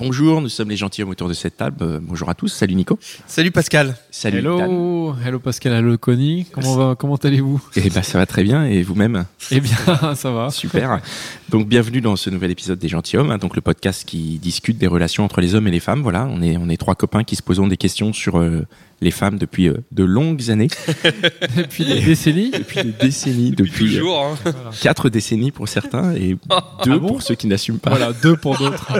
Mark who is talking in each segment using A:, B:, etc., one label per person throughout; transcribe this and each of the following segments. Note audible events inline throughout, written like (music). A: Bonjour, nous sommes les gentilshommes autour de cette table. Euh, bonjour à tous. Salut Nico.
B: Salut Pascal.
A: Salut Dan.
C: hello, hello Pascal, hello Connie. Comment va, comment allez-vous
A: Eh ben, ça va très bien et vous-même
C: Eh bien, (laughs) ça va.
A: Super. Donc bienvenue dans ce nouvel épisode des Gentilhommes, hein, donc le podcast qui discute des relations entre les hommes et les femmes. Voilà, on est on est trois copains qui se posons des questions sur euh, les femmes depuis euh, de longues années,
C: Depuis
A: (laughs)
C: des décennies.
A: depuis des décennies, depuis, euh,
B: toujours. hein.
A: quatre décennies pour certains et deux
C: bon
A: pour ceux qui n'assument pas.
C: Voilà, deux pour d'autres.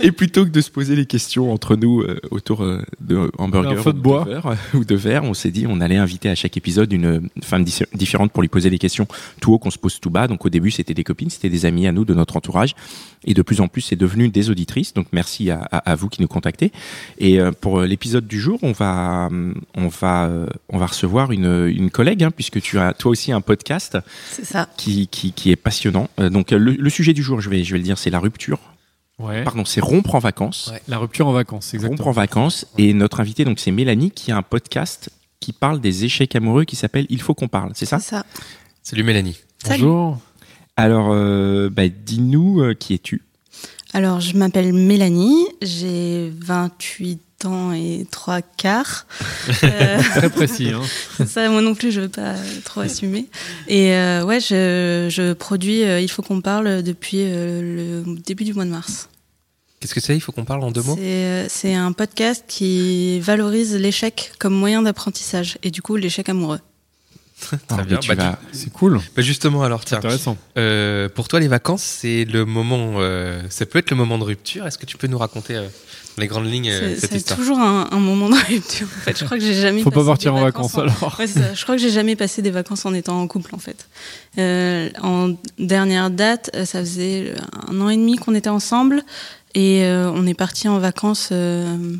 A: Et plutôt que de se poser les questions entre nous euh, autour euh, de hamburger
C: D'un feu de
A: ou,
C: bois.
A: verre, euh, ou de verre, on s'est dit on allait inviter à chaque épisode une femme dis- différente pour lui poser les questions tout haut qu'on se pose tout bas. Donc au début c'était des copines, c'était des amis à nous de notre entourage, et de plus en plus c'est devenu des auditrices. Donc merci à, à- à vous qui nous contactez. Et euh, pour euh, l'épisode du jour, on va hum, on va euh, on va recevoir une, une collègue hein, puisque tu as toi aussi un podcast
D: C'est ça.
A: qui qui, qui est passionnant. Euh, donc euh, le, le sujet du jour, je vais je vais le dire, c'est la rupture.
C: Ouais.
A: Pardon, c'est rompre en vacances.
B: Ouais.
C: La rupture en vacances,
A: Rompre
C: exactement.
A: en vacances. Et notre invitée, donc, c'est Mélanie, qui a un podcast qui parle des échecs amoureux qui s'appelle Il faut qu'on parle, c'est ça
D: C'est ça.
B: (laughs) Salut Mélanie.
D: Salut.
C: Bonjour.
A: Alors, euh, bah, dis-nous euh, qui es-tu
D: Alors, je m'appelle Mélanie, j'ai 28 ans et trois quarts. Euh,
C: Très
A: (laughs)
C: précis. Hein.
D: ça, moi non plus, je veux pas trop assumer. Et euh, ouais, je, je produis euh, Il faut qu'on parle depuis euh, le début du mois de mars.
B: Qu'est-ce que c'est Il faut qu'on parle en deux
D: C'est
B: mots.
D: euh, c'est un podcast qui valorise l'échec comme moyen d'apprentissage et du coup l'échec amoureux.
A: Ah,
B: bien,
A: mais tu
B: bah,
A: vas-
C: C'est cool.
B: Bah, justement, alors
A: Ah,
B: tiens,
C: Intéressant.
B: euh, pour toi les vacances, c'est le moment. euh, ça peut être le moment de rupture. Est-ce que tu peux nous raconter euh, dans les grandes lignes euh,
D: C'est-
B: cette
D: C'est
B: histoire
D: toujours un, un moment de rupture. En fait, je crois que j'ai jamais.
C: Faut pas
D: passé
C: partir
D: des
C: en vacances
D: en-
C: alors.
D: Ouais, c'est ça. Je crois que j'ai jamais passé des vacances en étant en couple en fait. Euh, en dernière date, euh, ça faisait un an et demi qu'on était ensemble et euh, on est parti en vacances euh,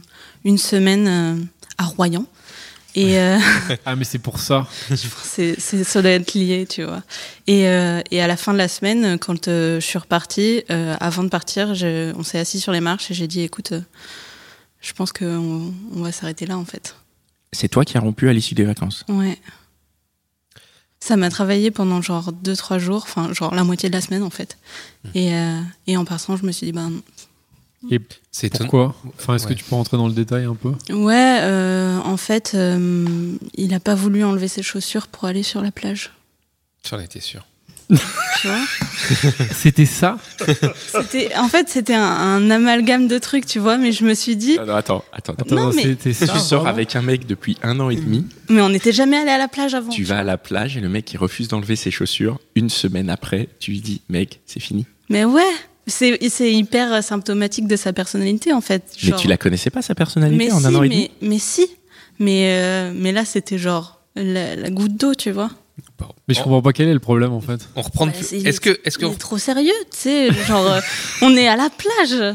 D: une semaine euh, à Royan. Et euh,
C: Ah, mais c'est pour ça.
D: c'est, c'est, ça doit être lié, tu vois. Et, euh, et à la fin de la semaine, quand euh, je suis repartie, euh, avant de partir, je- on s'est assis sur les marches et j'ai dit, écoute, euh, je pense qu'on on va s'arrêter là, en fait.
A: C'est toi qui as rompu à l'issue des vacances.
D: Ouais. Ça m'a travaillé pendant genre 2-3 jours, enfin genre la moitié de la semaine en fait. Et, euh, et en passant, je me suis dit, ben
C: Et
B: C'est étonnant.
C: pourquoi Enfin, est-ce
B: Ouais.
C: que tu peux rentrer dans le détail
A: (laughs)
C: un peu
D: ouais, euh, en fait, euh, il a pas voulu enlever ses chaussures pour aller sur la plage.
B: J'en étais sûr.
D: Tu vois
C: C'était ça
D: C'était- en fait, c'était un, un amalgame de trucs, tu vois, mais je me suis dit,
A: Ah attends, attends,
C: Attends,
D: Non, mais-
C: c'était ça.
A: Tu sors
C: vraiment
A: avec un mec depuis un an et demi,
D: mais on n'était jamais allé à la plage avant.
A: tu vas à la plage et le mec il refuse d'enlever ses chaussures. Une semaine après, tu lui dis mec, c'est fini.
D: Mais ouais, c'est c'est hyper symptomatique de sa personnalité en fait.
A: Mais
D: Genre-
A: tu la connaissais pas sa personnalité
D: mais
A: en
D: si,
A: un an et demi
D: mais, mais si, mais, euh, mais là c'était genre la, la goutte d'eau, tu vois.
B: Bon.
A: Oh.
C: Mais je
B: on,
C: comprends pas quel est le problème en fait.
B: on reprend.
D: Bah,
B: plus-
D: c'est-
B: Est-ce que, est-ce que
D: Il est trop sérieux, tu sais, genre euh, on est à la plage.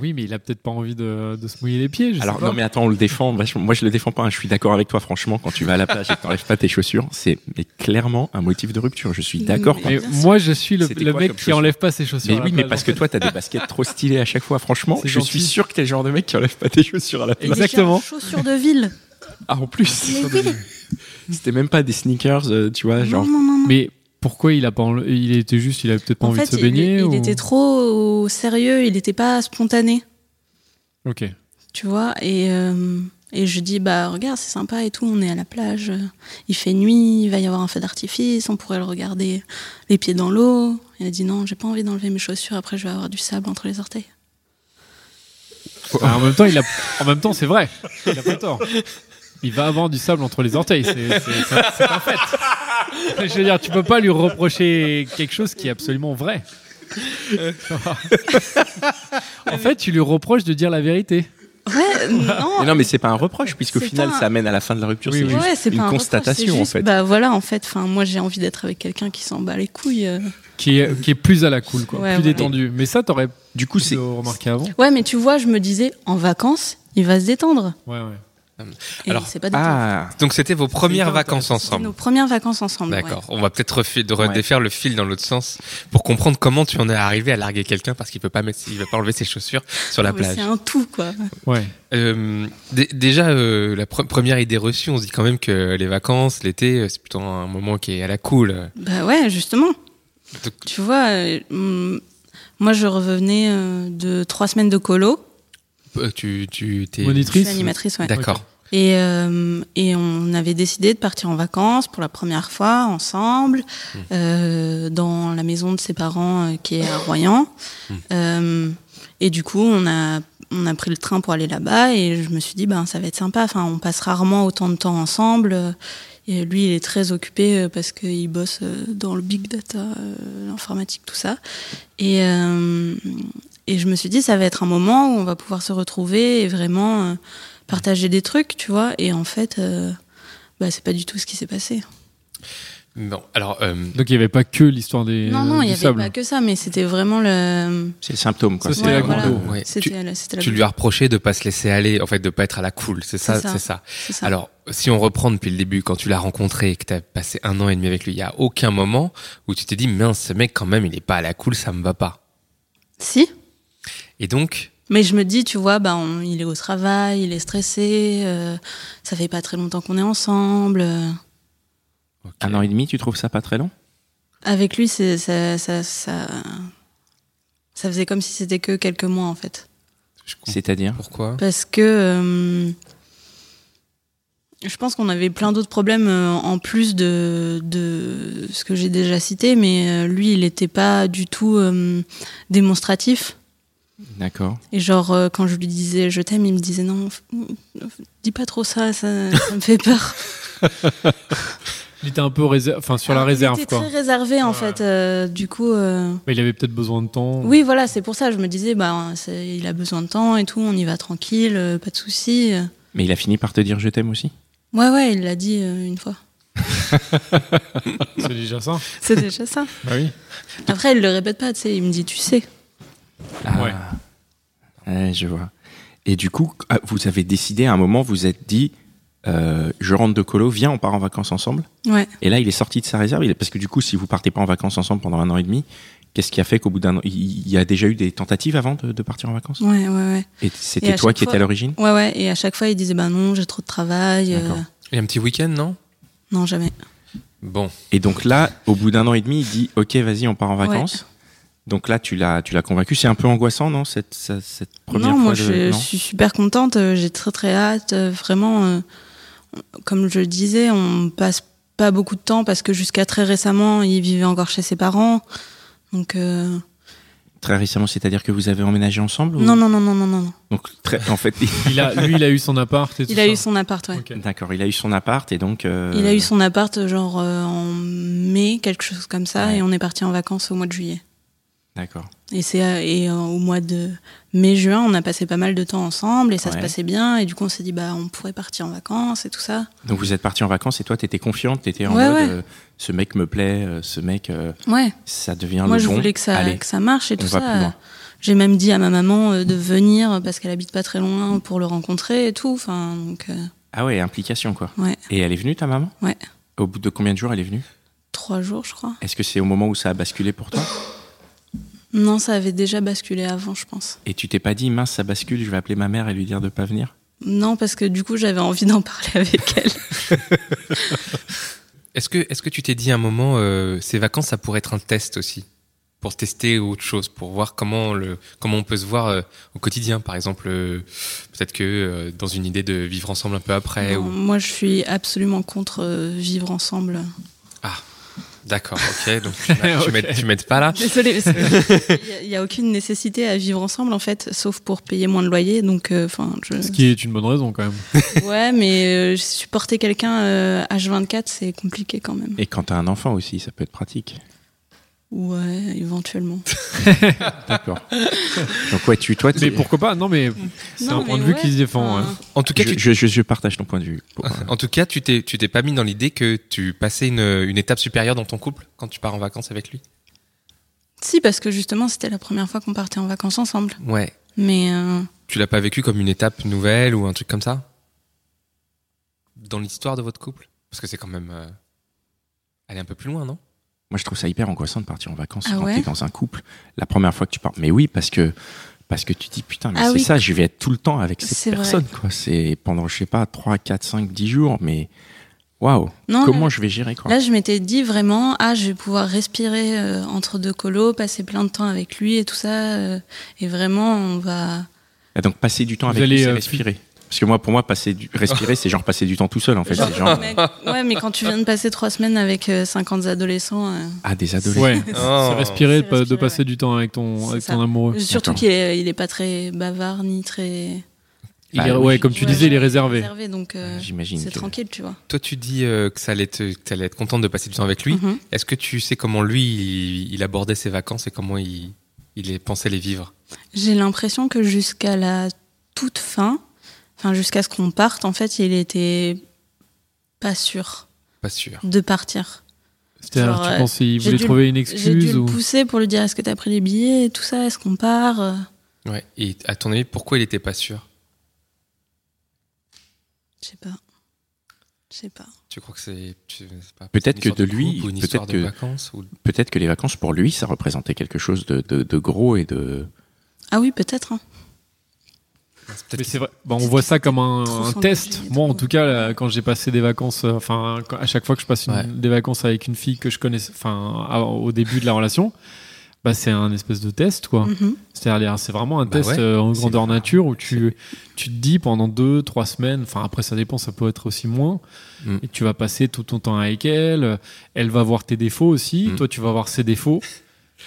C: Oui, mais il a peut-être pas envie de, de se mouiller les pieds. Je sais
A: Alors
C: pas.
A: non mais attends, on le défend. vachement. Moi je le défends pas. hein. Je suis d'accord avec toi franchement. Quand tu vas à la plage et que t'enlèves pas tes chaussures, c'est mais clairement un motif de rupture. Je suis d'accord.
D: Mais-
A: quoi.
C: Mais
D: Bien sûr.
C: moi, je suis le,
A: C'était
C: le
A: quoi
C: mec
A: comme
C: qui
A: chaussure
C: enlève pas ses chaussures.
A: Mais
C: à
A: oui,
C: la
A: mais
C: plage,
A: parce
C: en
A: que
C: fait.
A: toi, t'as des baskets trop stylées à chaque fois. Franchement,
C: C'est
A: je
C: gentil.
A: suis sûr que t'es le genre de mec qui enlève pas tes chaussures à la
D: Et
A: plage.
D: déjà,
C: Exactement.
D: Chaussures de ville.
A: Ah, en plus,
D: Mais oui.
A: c'était même pas des sneakers, euh, tu vois,
D: Non,
A: genre.
D: non, non, non.
C: Mais pourquoi il a pas enle- Il était juste, il avait peut-être pas
D: en
C: envie
D: fait,
C: de se
D: il-
C: baigner.
D: il,
C: ou-
D: était trop sérieux, il n'était pas spontané,
C: Ok.
D: tu vois. Et, euh, et je dis, bah regarde, c'est sympa et tout, on est à la plage, euh, il fait nuit, il va y avoir un feu d'artifice, on pourrait le regarder les pieds dans l'eau. Il a dit, non, j'ai pas envie d'enlever mes chaussures, après je vais avoir du sable entre les orteils.
C: Ah, en même temps,
D: (laughs)
C: il a. En même temps, c'est vrai. Il a pas tort. Il va avoir du sable entre les orteils. C'est c'est- c'est- c'est un fait. Je veux dire, tu peux pas lui reprocher quelque chose qui est absolument
D: (laughs)
C: vrai. en fait, tu lui reproches de dire la vérité.
D: Ouais, euh, non.
A: Mais non, mais c'est pas un reproche, puisqu'au
D: C'est
A: final,
D: pas un-
A: ça amène à la fin de la rupture.
C: Oui,
A: c'est
C: oui.
A: juste
D: Ouais, c'est
A: une
D: pas un reproche, c'est
A: constatation,
D: juste,
A: en fait.
D: Bah voilà, en fait, enfin, moi j'ai envie d'être avec quelqu'un qui s'en bat les couilles. euh.
C: qui est, qui est plus à la cool, quoi,
D: Ouais,
C: plus
D: voilà.
C: détendu. Mais ça, t'aurais
A: Du coup, c'est.
C: pu le remarquer avant.
D: Ouais, mais tu vois, je me disais, en vacances, il va se détendre.
C: Ouais, ouais.
D: Et
B: Alors,
D: c'est pas détendu.
A: Ah,
B: Donc c'était vos premières
C: hyper
B: vacances
D: C'était
B: ensemble.
D: nos premières vacances ensemble. ouais.
B: D'accord. On va peut-être refi- de
A: Ouais.
B: redéfaire le fil dans l'autre sens pour comprendre comment tu en es arrivé à larguer quelqu'un parce qu'il peut pas mettre, il va pas enlever ses chaussures sur la
D: Mais
B: plage.
D: C'est un tout, quoi.
C: Ouais.
B: Euh, dé- déjà, euh, la pre- première idée reçue, on se dit quand même que les vacances, l'été, euh, c'est plutôt un moment qui est à la cool.
D: Bah ouais, justement.
B: Donc-
D: Tu vois, euh, hum, moi je revenais euh, de trois semaines de colo.
B: Euh, tu, tu, t'es
D: Je suis
C: Monitrice.
D: animatrice, ouais.
B: D'accord.
D: Et, euh, et on avait décidé de partir en vacances pour la première fois ensemble euh, dans la maison de ses parents euh, qui est à Royan. Euh, et du coup, on a, on a pris le train pour aller là-bas et je me suis dit, ben, ça va être sympa. Enfin, on passe rarement autant de temps ensemble. Euh, Et lui, il est très occupé euh, parce qu'il bosse euh, dans le big data, euh, l'informatique, tout ça. Et, euh, et je me suis dit, ça va être un moment où on va pouvoir se retrouver et vraiment euh, partager des trucs, tu vois. Et en fait, euh, bah, c'est pas du tout ce qui s'est passé.
B: Bon, alors, euh,
C: Donc il n'y avait pas que l'histoire des euh,
D: non, non,
C: du
D: il n'y avait
C: sable.
D: pas que ça, mais c'était vraiment le.
A: c'est le symptôme, quoi.
C: Ça, c'était la
D: Ouais, voilà.
C: Bordeaux.
B: ouais,
D: C'était
B: tu,
D: la- c'était la-
B: tu lui as reproché de pas se laisser aller, en fait, de pas être à la cool. C'est ça,
D: C'est ça.
B: c'est ça.
D: c'est ça.
B: Alors, si on reprend depuis le début, quand tu l'as rencontré et que tu as passé un an et demi avec lui, il n'y a aucun moment où tu t'es dit, mince, ce mec, quand même, il n'est pas à la cool, ça me va pas.
D: Si.
B: Et donc,
D: Mais je me dis, tu vois, bah, on- il est au travail, il est stressé, euh, ça fait pas très longtemps qu'on est ensemble. euh.
B: ok.
A: Un an et demi, tu trouves ça pas très long
D: Avec lui, c'est- ça, ça, ça, ça faisait comme si c'était que quelques mois, en fait.
B: je comprends
A: C'est-à-dire
B: pourquoi
D: Parce que euh, je pense qu'on avait plein d'autres problèmes euh, en plus de, de ce que j'ai déjà cité, mais euh, lui, il n'était pas du tout euh, démonstratif.
A: D'accord.
D: Et genre, euh, quand je lui disais je t'aime, il me disait non, f- f- dis pas trop ça, ça, ça me fait peur.
C: Il était un peu réservé, enfin (laughs) sur la
D: Alors,
C: réserve,
D: Il était
C: quoi.
D: très réservé, en
C: Ouais.
D: fait. euh, du coup. euh,
C: Mais il avait peut-être besoin de temps.
D: Oui, voilà, c'est pour ça. Je me disais, bah, c'est- il a besoin de temps et tout, on y va tranquille, euh, pas de soucis. euh.
A: Mais il a fini par te dire je t'aime aussi
D: Ouais, ouais, il l'a dit euh, une fois.
C: C'est déjà ça.
D: C'est déjà ça.
C: Bah oui.
D: Après, il le répète pas, tu sais, il me dit, tu sais.
C: Ouais.
A: Ouais, je vois. Et du coup, ah, vous avez décidé à un moment, vous êtes dit, euh, je rentre de colo, viens, on part en vacances ensemble.
D: Ouais.
A: Et là, il est sorti de sa réserve. il- Parce que du coup, si vous partez pas en vacances ensemble pendant un an et demi, qu'est-ce qui a fait qu'au bout d'un an, il- il y a déjà eu des tentatives avant de, de partir en vacances
D: Ouais, ouais, ouais.
A: Et
D: Et
A: c'était
D: à
A: toi
D: chaque
A: qui
D: fois-
A: étais à l'origine
D: Ouais, ouais. Et à chaque fois, il disait, bah non, j'ai trop de travail. euh,
A: D'accord.
B: Il y a un petit week-end, non
D: non, jamais.
B: Bon,
A: Et donc là, au bout d'un an et demi, il dit OK, vas-y, on part en vacances. Donc là, tu l'as, tu l'as convaincu. C'est un peu angoissant, non Cette, ça- cette première
D: non,
A: fois
D: moi,
A: de-
D: je,
A: non
D: suis super contente. euh, J'ai très, très hâte. euh, vraiment, euh, comme je le disais, on passe pas beaucoup de temps parce que jusqu'à très récemment, il vivait encore chez ses parents. Donc, euh,
A: Très récemment, c'est-à-dire que vous avez emménagé ensemble ou-
D: non, non, non, non, non, non.
A: Donc très, en fait,
C: Il a, lui, il a eu son appart et tout
D: Il a
C: ça.
D: eu son appart, ouais.
A: (laughs)
C: Ok.
A: d'accord, il a eu son appart et donc. euh,
D: Il a eu son appart genre euh, en mai, quelque chose comme ça,
A: Ouais.
D: et on est parti en vacances au mois de juillet.
A: D'accord.
D: Et c'est euh, et euh, au mois de mai-juin, on a passé pas mal de temps ensemble et ça se
A: Ouais.
D: passait bien. Et du coup, on s'est dit bah on pourrait partir en vacances et tout ça.
A: Donc vous êtes parti en vacances et toi, t'étais confiante, t'étais en
D: Ouais,
A: mode,
D: ouais.
A: euh, ce mec me plaît, euh, ce mec, euh,
D: Ouais.
A: ça devient
D: Moi,
A: Hein, le
D: je
A: bon.
D: voulais que ça
A: Allez.
D: que ça marche et
A: on
D: tout
A: va plus
D: ça.
A: loin.
D: J'ai même dit à ma maman euh, de venir parce qu'elle habite pas très loin pour le rencontrer et tout. Enfin donc euh,
A: Ah ouais, implication quoi.
D: ouais,
A: Et elle est venue ta maman
D: Ouais.
A: Au bout de combien de jours elle est venue
D: trois jours je crois.
A: Est-ce que c'est au moment où ça a basculé pour toi
D: Non, ça avait déjà basculé avant, je pense.
A: Et tu t'es pas dit mince ça bascule, je vais appeler ma mère et lui dire de pas venir
D: Non, parce que du coup, j'avais envie d'en (laughs) parler avec elle.
B: est-ce que, est-ce que tu t'es dit à un moment, euh, ces vacances, ça pourrait être un test aussi pour tester autre chose, pour voir comment le comment on peut se voir euh, au quotidien, par exemple, euh, peut-être que euh, dans une idée de vivre ensemble un peu après.
D: Non,
B: Ou...
D: Moi, je suis absolument contre euh, vivre ensemble.
B: D'accord, ok, donc tu m'aides- tu m'aides- tu m'aides pas là.
D: Désolée,
C: (laughs)
D: il n'y a, aucune nécessité à vivre ensemble, en fait, sauf pour payer moins de loyer. Donc, euh, enfin,
C: Ce qui est une bonne raison quand même.
D: Ouais, mais euh, supporter quelqu'un euh, H24, c'est compliqué quand même.
A: Et quand t'as un enfant aussi, ça peut être pratique.
D: Ouais, éventuellement. (laughs)
A: D'accord. Donc ouais, tu, toi, tu-
C: Mais pourquoi pas Non, mais c'est
D: Mm. Non,
C: un point de
D: mais
C: vue
D: ouais, Ah.
C: qui se défend.
D: enfin,
C: ouais.
B: En tout cas,
A: je,
B: tu,
A: je, je- je partage ton point de vue. Pour- euh,
B: en tout cas, tu t'es, tu t'es pas mis dans l'idée que tu passais une, une étape supérieure dans ton couple quand tu pars en vacances avec lui.
D: Si, parce que justement, c'était la première fois qu'on partait en vacances ensemble.
B: Ouais.
D: Mais euh,
B: Tu l'as pas vécu comme une étape nouvelle ou un truc comme ça dans l'histoire de votre couple Parce que c'est quand même euh, aller un peu plus loin, non
A: Moi, je trouve ça hyper angoissant de partir en vacances
D: Ah
A: quand
D: ouais
A: t'es dans un couple. La première fois que tu pars. Mais oui, parce que parce que tu te dis putain, mais
D: Ah
A: c'est
D: oui.
A: ça, je vais être tout le temps avec
D: C'est
A: cette
D: vrai.
A: personne quoi. C'est pendant je sais pas 3 4 5 10 jours mais waouh,
D: non,
A: comment je vais gérer quoi
D: là, je m'étais dit vraiment, ah, je vais pouvoir respirer euh, entre deux colos, passer plein de temps avec lui et tout ça. euh, et vraiment, on va.
A: Ah, Donc passer du temps
C: Vous
A: avec
C: allez,
A: lui, c'est
C: euh,
A: respirer. Parce que moi pour moi passer du respirer, c'est genre passer du temps tout seul en fait, c'est genre
D: Mais- ouais, mais quand tu viens de passer trois semaines avec euh, 50 adolescents, euh,
A: ah des adolescents.
C: Ouais,
B: Oh.
C: c'est respirer,
D: C'est
C: de, pas- de
D: respirer,
C: passer
D: ouais.
C: du temps avec ton,
D: C'est
C: avec
D: ça.
C: ton amoureux.
D: surtout
A: D'accord.
D: qu'il est, il est pas très bavard ni très.
C: Il
A: Bah
C: est-
A: oui.
C: ouais, comme tu
D: Ouais,
C: disais, il est réservé.
D: donc euh,
A: J'imagine.
D: c'est
A: que-
D: tranquille, tu vois.
B: Toi, tu dis euh, que ça allait te- que t'allais être contente de passer du temps avec lui.
D: Mhm.
B: Est-ce que tu sais comment lui, il, il abordait ses vacances et comment il, il les pensait les vivre
D: J'ai l'impression que jusqu'à la toute fin, enfin jusqu'à ce qu'on parte, en fait, il était pas sûr
B: Pas sûr.
D: de partir.
C: C'est-à-dire,
D: Genre,
C: tu
D: euh,
C: penses qu'il
D: j'ai
C: voulait
D: dû-
C: trouver une
D: J'ai dû
C: excuse
D: le
C: ou
D: pousser pour lui dire est-ce que t'as pris les billets et tout ça, est-ce qu'on part euh,
B: Ouais. Et à ton avis, pourquoi il était pas sûr
D: Je sais pas. Je sais pas.
B: Tu crois que c'est tu- c'est pas-
A: Peut-être
B: c'est une
A: que de
B: histoire
A: lui,
B: couple ou une
A: peut-être
B: histoire de
A: que-
B: vacances ou-
A: Peut-être que les vacances pour lui, ça représentait quelque chose de, de, de gros et de
D: Ah oui, peut-être. hein.
B: Peut-être
C: Mais
B: que-
C: c'est vrai. Bah, on voit ça comme un,
D: Trop
C: un
D: s'engager,
C: test.
D: trop.
C: Moi, en tout cas, là, quand j'ai passé des vacances, euh, enfin, quand- à chaque fois que je passe une-
B: Ouais.
C: des vacances avec une fille que je connais, enfin, à- au début de la relation, bah, c'est un espèce de test,
A: Ah.
C: quoi.
D: Mhm.
C: C'est-à-dire, hein, c'est vraiment un
B: Bah
C: test
B: ouais,
C: euh, en
B: c'est-
C: grandeur nature où tu, tu te dis pendant deux, trois semaines, enfin après ça dépend, ça peut être aussi moins,
A: Mm.
C: et tu vas passer tout ton temps avec elle, euh, elle va voir tes défauts aussi,
A: Mm.
C: toi tu vas voir ses défauts.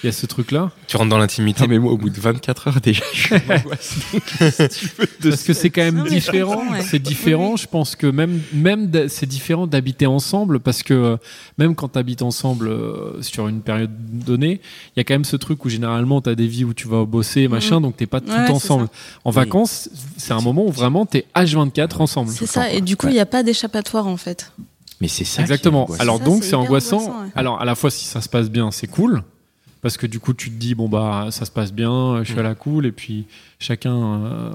C: Il y a ce truc-là.
B: Tu rentres dans l'intimité.
A: mais moi au bout de 24 heures déjà,
C: Parce que c'est quand même
D: Non, mais je
C: différent.
D: comprends, ouais.
C: C'est différent. Je pense que même, même d- c'est différent d'habiter ensemble parce que euh, même quand tu habites ensemble euh, sur une période donnée, il y a quand même ce truc où généralement tu as des vies où tu vas bosser, machin, donc t'es pas tout
D: Mm. Ouais, c'est
C: ensemble. En
A: Oui.
C: vacances, c'est un moment où vraiment t'es H24 ensemble.
D: C'est
A: le
D: ça.
A: temps,
D: Et
A: quoi.
D: du coup, il
A: Ouais.
D: n'y a pas d'échappatoire en fait.
A: mais c'est ça. qui est
C: Exactement.
A: angoissant.
C: Alors
D: Ça,
C: donc
D: c'est
C: c'est
D: hyper
C: angoissant.
D: angoissant, ouais.
C: Alors à la fois si ça se passe bien, c'est cool parce que du coup tu te dis bon bah ça se passe bien, je suis à la cool et puis chacun euh,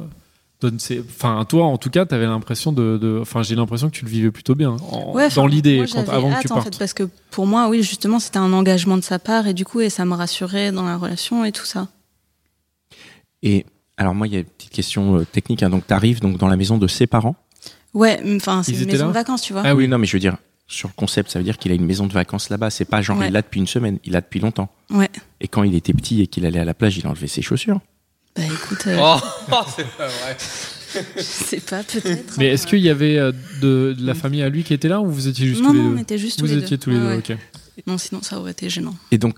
C: donne ses enfin toi en tout cas, tu avais l'impression de de- enfin j'ai l'impression que tu le vivais plutôt bien hein, en-
D: Ouais,
C: dans
D: enfin,
C: l'idée
D: moi,
C: quand-
D: j'avais
C: avant que
D: hâte,
C: tu
D: en
C: partes.
D: fait, parce que pour moi, oui, justement, c'était un engagement de sa part et du coup, et ça me rassurait dans la relation et tout ça.
A: Et alors moi, il y a une petite question euh, technique. hein. Donc, tu arrives donc dans la maison de ses parents.
D: Ouais, enfin, c'est
C: Ils
D: une
C: étaient
D: maison
C: là
D: de vacances, tu vois.
C: Ah oui.
A: non, mais je veux dire, sur le concept, ça veut dire qu'il a une maison de vacances là-bas. C'est pas genre
D: Ouais.
A: il l'a depuis une semaine, il l'a depuis longtemps.
D: Ouais.
A: Et quand il était petit et qu'il allait à la plage, il enlevait ses chaussures.
D: Bah écoute, euh,
B: Oh, c'est pas vrai.
D: je sais pas, peut-être.
C: Mais
D: hein,
C: est-ce qu'il y avait euh, de, de la famille à lui qui était là ou vous étiez juste
D: Mm. non,
C: tous les
D: non,
C: deux
D: on était juste tous
C: Vous
D: les
C: étiez
D: deux.
C: tous les
D: Ouais,
C: deux,
D: ouais.
C: OK.
D: Non, sinon ça aurait été gênant.
A: Et donc,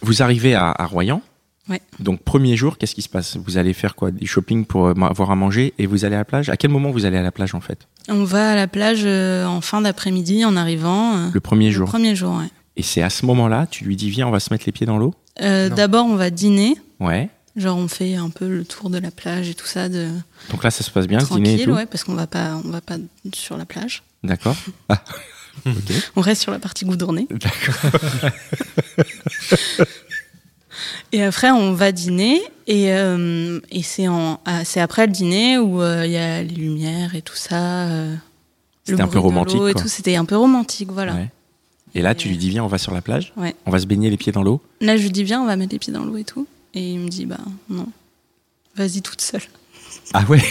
A: vous arrivez à, à Royan.
D: Ouais.
A: Donc, premier jour, qu'est-ce qui se passe Vous allez faire quoi Du shopping pour euh, ma- avoir à manger et vous allez à la plage À quel moment vous allez à la plage en fait
D: On va à la plage euh, en fin d'après-midi en arrivant. euh,
A: Le premier jour.
D: Premier jour, ouais.
A: Et c'est à ce moment-là, tu lui dis viens, on va se mettre les pieds dans l'eau.
D: Euh,
B: Non.
D: D'abord, on va dîner.
A: Ouais.
D: Genre, on fait un peu le tour de la plage et tout ça, de
A: Donc là, ça se passe bien, le dîner et
D: tranquille,
A: tout.
D: ouais, parce qu'on va pas, on va pas sur la plage.
A: D'accord.
D: On reste sur la partie goudronnée.
A: D'accord.
D: (laughs) Et après, on va dîner. Et, euh, et c'est en- ah, c'est après le dîner où euh, il y a les lumières et tout ça. euh, le
A: C'était un peu
D: bruit de
A: romantique,
D: l'eau Et
A: quoi.
D: tout, c'était un peu romantique, voilà.
A: Ouais. Et là, tu lui dis viens, on va sur la plage.
D: Ouais.
A: On va se baigner les pieds dans l'eau.
D: Là, je lui dis, viens, on va mettre les pieds dans l'eau et tout. Et il me dit, bah non, vas-y toute seule.
A: Ah ouais.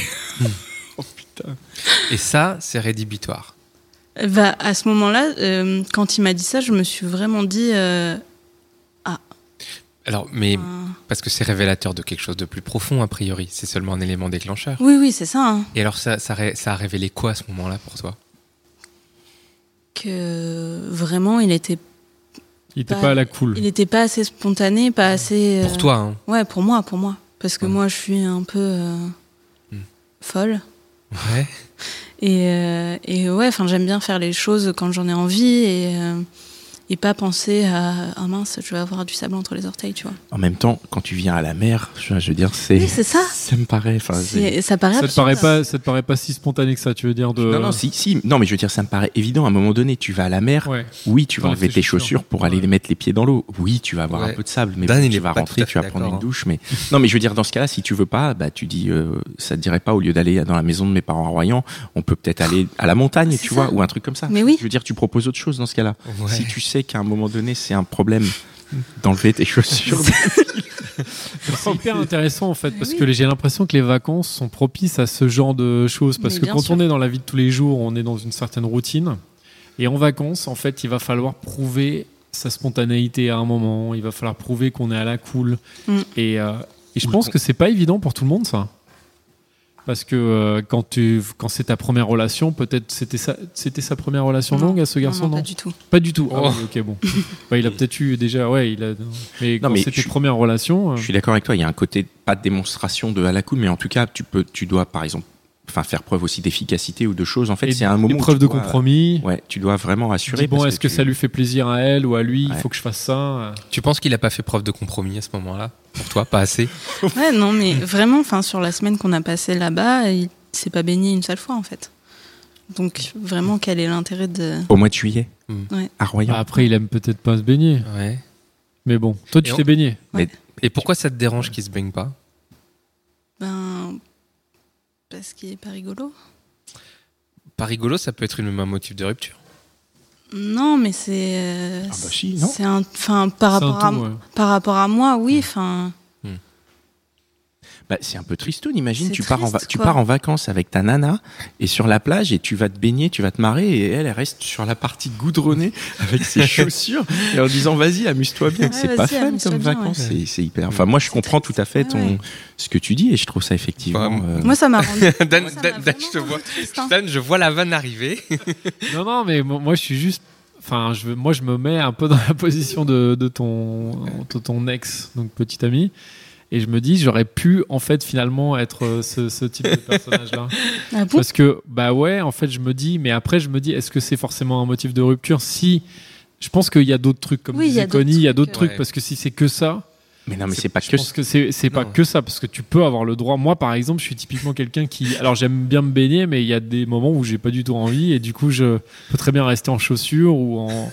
B: Et ça, c'est rédhibitoire.
D: Euh, Bah, à ce moment-là, euh, quand il m'a dit ça, je me suis vraiment dit, euh,
B: Alors, mais
D: euh,
B: parce que c'est révélateur de quelque chose de plus profond, a priori. C'est seulement un élément déclencheur.
D: oui, oui, c'est ça, hein,
B: Et alors, ça, ça, ré- ça a révélé quoi à ce moment-là pour toi
D: que vraiment, il était,
C: Il était
D: Pas-
C: pas à la cool.
D: Bah, il était pas assez spontané, pas assez. euh,
B: Pour toi, hein
D: Ouais, pour moi, pour moi. Parce que
B: Ouais.
D: moi, je suis un peu euh,
B: Hmm.
D: folle.
B: (laughs) Ouais.
D: Et, euh, et ouais, enfin, j'aime bien faire les choses quand j'en ai envie. Et, euh, et pas penser à ah mince, je vais avoir du sable entre les orteils, tu vois.
A: En même temps, quand tu viens à la mer, je veux dire, c'est.
D: Oui, c'est ça.
A: Ça me paraît. enfin, c'est-
D: C'est- Ça paraît
C: Ça te
D: absurde.
C: paraît pas, ça te paraît pas si spontané que ça, tu veux dire de.
B: euh,
A: Non, non, si, si. Non, mais je veux dire, ça me paraît évident. À un moment donné, tu vas à la mer.
C: Ouais.
A: Oui, tu vas
C: Enlever
A: enlever
C: tes
A: tes
C: chaussures.
A: chaussures pour aller
C: Ouais.
A: les mettre les pieds dans l'eau. Oui, tu vas avoir
B: Ouais.
A: un peu de sable, mais
B: Dan,
A: bon,
B: il
A: tu
B: est
A: vas
B: pas tout
A: rentrer,
B: à fait
A: tu vas prendre une
B: d'accord, hein.
A: douche. Mais (laughs) non, mais je veux dire, dans ce cas-là, si tu veux pas, bah tu dis, euh, ça te dirait pas au lieu d'aller dans la maison de mes parents à Royan, on peut peut-être aller à la montagne,
D: C'est
A: tu
D: ça.
A: vois, ou un truc comme ça.
D: Mais oui.
A: Je veux dire, tu proposes autre chose dans ce cas-là.
B: Ouais.
A: Si tu sais qu'à un moment donné, c'est un problème d'enlever tes chaussures.
C: C'est hyper intéressant en fait
D: Oh, Mais
C: parce
D: oui.
C: que j'ai l'impression que les vacances sont propices à ce genre de choses parce
D: Mais
C: que
D: bien
C: quand
D: sûr.
C: on est dans la vie de tous les jours, on est dans une certaine routine et en vacances, en fait, il va falloir prouver sa spontanéité à un moment, il va falloir prouver qu'on est à la cool
D: Mm.
C: et, euh, et je
A: Ou
C: pense
A: qu'on-
C: que c'est pas évident pour tout le monde ça. Parce que euh, quand tu quand c'est ta première relation, peut-être c'était sa c'était sa première relation
D: Non.
C: longue à ce
D: Non,
C: garçon
D: non,
C: non,
D: pas du tout.
C: Pas du tout. Ah
B: Oh.
C: oui, ok bon. (laughs) Bah, il a peut-être eu déjà ouais il a mais
A: Non,
C: quand
A: mais
C: c'était
A: je-
C: première relation. euh,
A: Je suis d'accord avec toi, il y a un côté pas de démonstration de à la cool, mais en tout cas, tu peux, tu dois par exemple, enfin faire preuve aussi d'efficacité ou de choses. En fait,
C: Et
A: c'est un moment. où
C: épreuve
A: tu
C: de
A: dois-
C: compromis.
A: Ouais, tu dois vraiment
C: Tu
A: assurer.
C: dis, bon,
A: parce
C: est-ce que,
A: tu-
C: ça lui fait plaisir à elle ou à lui Il
A: Ouais.
C: faut que je fasse ça.
B: Tu penses qu'il a pas fait preuve de compromis à ce moment-là Pour toi, pas assez
D: Ouais, non, mais vraiment, enfin, sur la semaine qu'on a passée là-bas, il s'est pas baigné une seule fois, en fait. Donc, vraiment, quel est l'intérêt de.
A: Au mois de juillet,
B: Mm.
D: Ouais.
A: à Royan.
C: Bah, après, il aime peut-être pas se baigner.
B: Ouais.
C: Mais bon, toi, tu
B: Et on-
C: t'es baigné.
B: Et pourquoi ça te dérange qu'il se baigne pas
D: Ben. Parce qu'il est pas rigolo.
B: Pas rigolo, ça peut être une- un motif de rupture.
D: Non, mais c'est. euh,
B: Ah
A: bah si, non
D: C'est un. Enfin, par,
C: C'est un
D: rapport à
C: tout,
D: m-
C: ouais.
D: par rapport à moi, oui, enfin.
A: Bah, c'est un peu tristoun, imagine.
D: C'est
A: Tu pars, en va-
D: triste,
A: tu
D: quoi.
A: pars en vacances avec ta nana et sur la plage et tu vas te baigner, tu vas te marrer et elle, elle reste sur la partie goudronnée
C: (laughs)
A: avec ses chaussures et en disant vas-y, amuse-toi bien.
D: Ouais,
A: c'est pas
D: vas-y,
A: fun
D: amuse-toi
A: comme
D: bien,
A: vacances.
B: ouais.
A: C'est- C'est hyper. Enfin, moi, je comprends tout à fait
D: Ouais,
A: ton...
D: ouais.
A: ce que tu dis et je trouve ça effectivement.
B: Bah,
A: euh,
D: Moi, ça m'a rendu.
B: (laughs) (laughs) Dan,
D: moi, ça m'a
B: Dan- Dan, je te
D: vraiment
B: vois.
D: rendu triste, hein.
B: Dan, je vois la vanne arriver.
C: Non, non, mais mo- moi, je suis juste. Enfin, je, veux- moi, je me mets un peu dans la (laughs) position de, de ton, de ton ex, donc petit ami. Et je me dis, j'aurais pu, en fait, finalement, être euh, ce, ce type de
D: (laughs)
C: personnage-là.
D: Ah bon
C: Parce que, bah ouais, en fait, je me dis, mais après, je me dis, est-ce que c'est forcément un motif de rupture Si. Je pense qu'il y a d'autres trucs, comme
D: Oui, il y
C: disait
D: a d'autres
C: Connie, il y a d'autres
D: trucs,
C: trucs,
B: ouais.
C: parce que si c'est que ça,
A: Mais non, mais c'est pas
C: je
A: que
C: pense que c'est c'est pas
B: Non.
C: que ça parce que tu peux avoir le droit moi par exemple je suis typiquement quelqu'un qui alors j'aime bien me baigner mais il y a des moments où j'ai pas du tout envie et du coup je peux très bien rester en chaussures ou en, en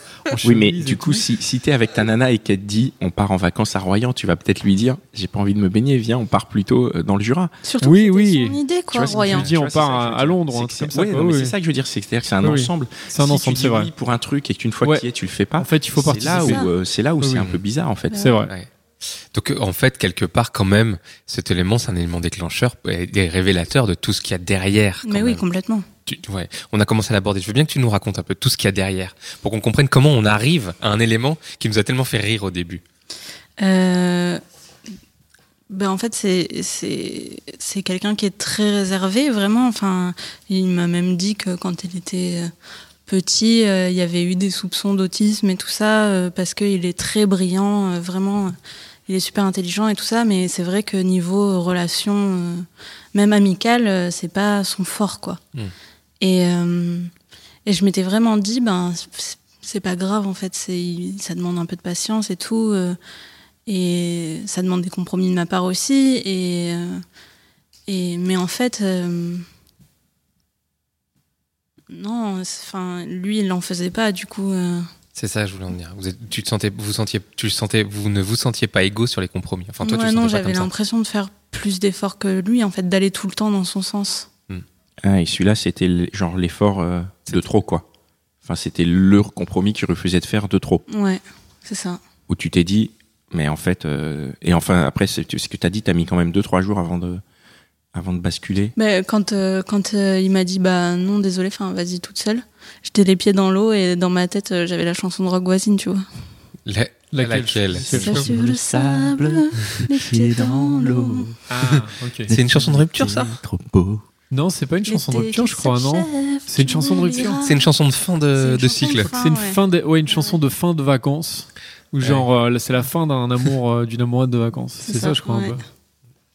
A: Oui, mais
C: chemise et
A: du coup,
C: tout.
A: si, si t'es avec ta nana et qu'elle te dit on part en vacances à Royan, tu vas peut-être lui dire j'ai pas envie de me baigner, viens, on part plutôt euh, dans le Jura.
D: Surtout
C: Oui,
D: que c'était
C: oui.
D: son idée,
A: Tu
D: quoi,
A: vois ce que
D: Royan.
C: je dis, on
A: Tu vois, c'est
C: part
A: ça que je
C: à
A: veux dire.
C: Londres,
A: C'est
C: un
A: que
C: truc comme
A: c'est-
C: ça,
A: ouais,
C: quoi,
A: non, mais
C: oui.
A: c'est ça que je veux dire, c'est c'est un
C: Oui, oui.
A: ensemble.
C: c'est un
A: Si
C: ensemble
A: tu
C: c'est
A: dis
C: vrai
A: oui pour un truc et qu'une fois que
C: Ouais.
A: tu y es, tu le fais pas.
C: en fait il faut
A: C'est là
C: participer
A: où euh, c'est là où
C: Oui,
A: c'est un
C: oui.
A: peu bizarre en fait.
C: c'est vrai
B: Ouais. (laughs) Donc, euh, en fait, quelque part, quand même, cet élément, c'est un élément déclencheur et et révélateur de tout ce qu'il y a derrière. quand
D: Mais oui,
B: même.
D: complètement.
B: Tu- ouais. On a commencé à l'aborder. Je veux bien que tu nous racontes un peu tout ce qu'il y a derrière pour qu'on comprenne comment on arrive à un élément qui nous a tellement fait rire au début.
D: Euh, ben en fait, c'est- c'est c'est quelqu'un qui est très réservé, vraiment. Enfin, il m'a même dit que quand il était euh, petit, euh, il y avait eu des soupçons d'autisme et tout ça, euh, parce qu'il est très brillant, euh, vraiment. euh, Il est super intelligent et tout ça, mais c'est vrai que niveau euh, relation, euh, même amicale, euh, c'est pas son fort, quoi.
B: Mm.
D: Et, euh, et je m'étais vraiment dit, ben, c'est- c'est pas grave, en fait, c'est- ça demande un peu de patience et tout. euh, et ça demande des compromis de ma part aussi. Et, euh, et, mais en fait, euh, non, c'est- enfin, lui, il n'en faisait pas, du coup. euh,
B: C'est ça, je voulais en dire. Vous êtes, tu te sentais, vous sentiez, tu le sentais, vous ne vous sentiez pas égaux sur les compromis. Enfin, toi,
D: ouais,
B: tu le
D: non,
B: sentais pas
D: j'avais
B: comme ça.
D: l'impression de faire plus d'efforts que lui, en fait, d'aller tout le temps dans son sens.
A: Ah, et celui-là, c'était le- genre l'effort euh, de trop quoi. Enfin, c'était le compromis qu'il refusait de faire de trop.
D: Ouais, c'est ça.
A: Où tu t'es dit mais en fait euh, et enfin après c'est ce que t'as dit, t'as mis quand même deux trois jours avant de avant de basculer.
D: Mais quand euh, quand euh, il m'a dit bah non désolé enfin vas-y toute seule j'étais les pieds dans l'eau et dans ma tête euh, j'avais la chanson de rock voisine tu vois
B: La-
C: Laquelle
B: laquelle
C: Celle-
D: Je suis le sable les pieds dans l'eau
C: ah (laughs) ok
B: C'est une chanson de rupture, ça
A: Trop beau.
C: non c'est pas une chanson de rupture je crois non C'est une chanson de rupture.
B: C'est une chanson de fin de,
D: C'est
B: de
D: une chanson de
B: cycle.
D: fin.
C: c'est une
D: ouais.
C: fin de, ouais une chanson de fin de vacances ou genre euh, c'est la fin d'un amour euh, d'une amourette de vacances
D: C'est
C: c'est ça,
D: ça,
C: je crois
D: ouais.
C: un peu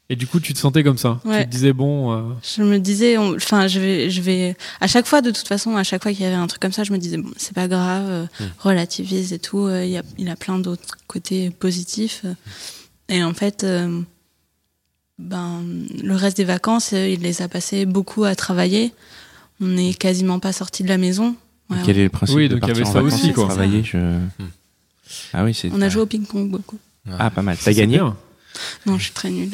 C: Et du coup, tu te sentais comme ça.
D: Ouais.
C: Tu te disais, bon, euh,
D: Je me disais, on- enfin, je vais, je vais. À chaque fois, de toute façon, à chaque fois qu'il y avait un truc comme ça, je me disais, bon, c'est pas grave, euh,
C: Hmm.
D: relativise et tout. euh, il, y a, il a plein d'autres côtés positifs. euh. Et en fait, euh, ben, le reste des vacances, euh, il les a passés beaucoup à travailler. On n'est quasiment pas sorti de la maison. Ouais,
A: Quel est le principe
C: Oui,
A: de
C: donc il
A: partir
C: y avait
A: en
C: ça
A: vacances
C: aussi,
A: et de
C: quoi. Hmm.
A: travailler je... Ah oui, c'est.
D: on a joué au ping-pong beaucoup.
A: Ah, pas mal. T'as
C: c'est
A: gagné
C: bien.
D: Non, je suis très
C: (laughs)
D: nulle.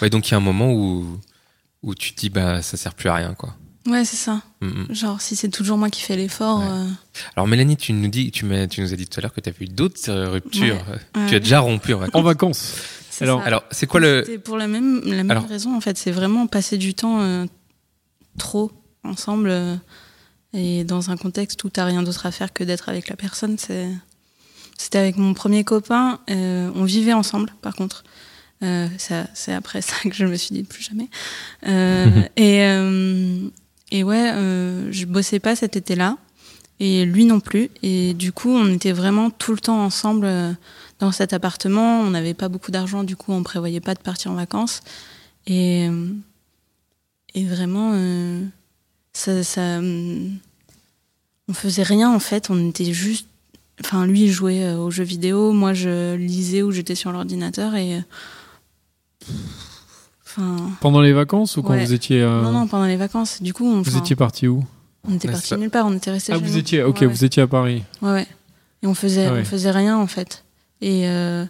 B: Ouais, donc il y a un moment où, où tu te dis, bah, ça sert plus à rien, quoi.
D: Ouais, c'est ça.
B: Mm, mm.
D: Genre, si c'est toujours moi qui fais l'effort.
B: Ouais.
D: euh,
B: Alors, Mélanie, tu nous, dis, tu, m'as- tu nous as dit tout à l'heure que tu as eu d'autres euh, ruptures.
D: ouais.
B: Tu as déjà rompu en vacances.
C: En vacances.
D: c'est
C: Alors-
D: ça.
B: Alors, c'est quoi le.
D: C'était pour la même, la même
B: Alors-
D: raison, en fait. C'est vraiment passer du temps euh, trop ensemble euh, et dans un contexte où t'as rien d'autre à faire que d'être avec la personne. c'est- C'était avec mon premier copain. euh, on vivait ensemble, par contre. Euh, ça- c'est après (laughs) ça que je me suis dit plus jamais. Euh,
B: (laughs)
D: et, euh, et ouais, euh, je bossais pas cet été-là. Et lui non plus. Et du coup, on était vraiment tout le temps ensemble. euh, dans cet appartement. On n'avait pas beaucoup d'argent, du coup, on prévoyait pas de partir en vacances. Et, euh, et vraiment, euh, ça, ça, hum, on faisait rien en fait. On était juste. Enfin, lui, il jouait euh, aux jeux vidéo. Moi, je lisais ou j'étais sur l'ordinateur. Et. euh, Enfin.
C: Pendant les vacances ou quand
D: Ouais.
C: vous étiez. euh,
D: Non, non, pendant les vacances. Du coup, on,
C: Vous
D: enfin,
C: étiez parti où
D: on était
B: Ouais, c'est
D: partis
B: ça.
D: nulle part. On était restés
C: Ah,
D: chez
C: vous
D: nous.
C: étiez. Ok,
D: Ouais, ouais.
C: vous étiez à Paris.
D: Ouais, ouais. Et on faisait,
C: Ah ouais.
D: on faisait rien en fait. Et, euh,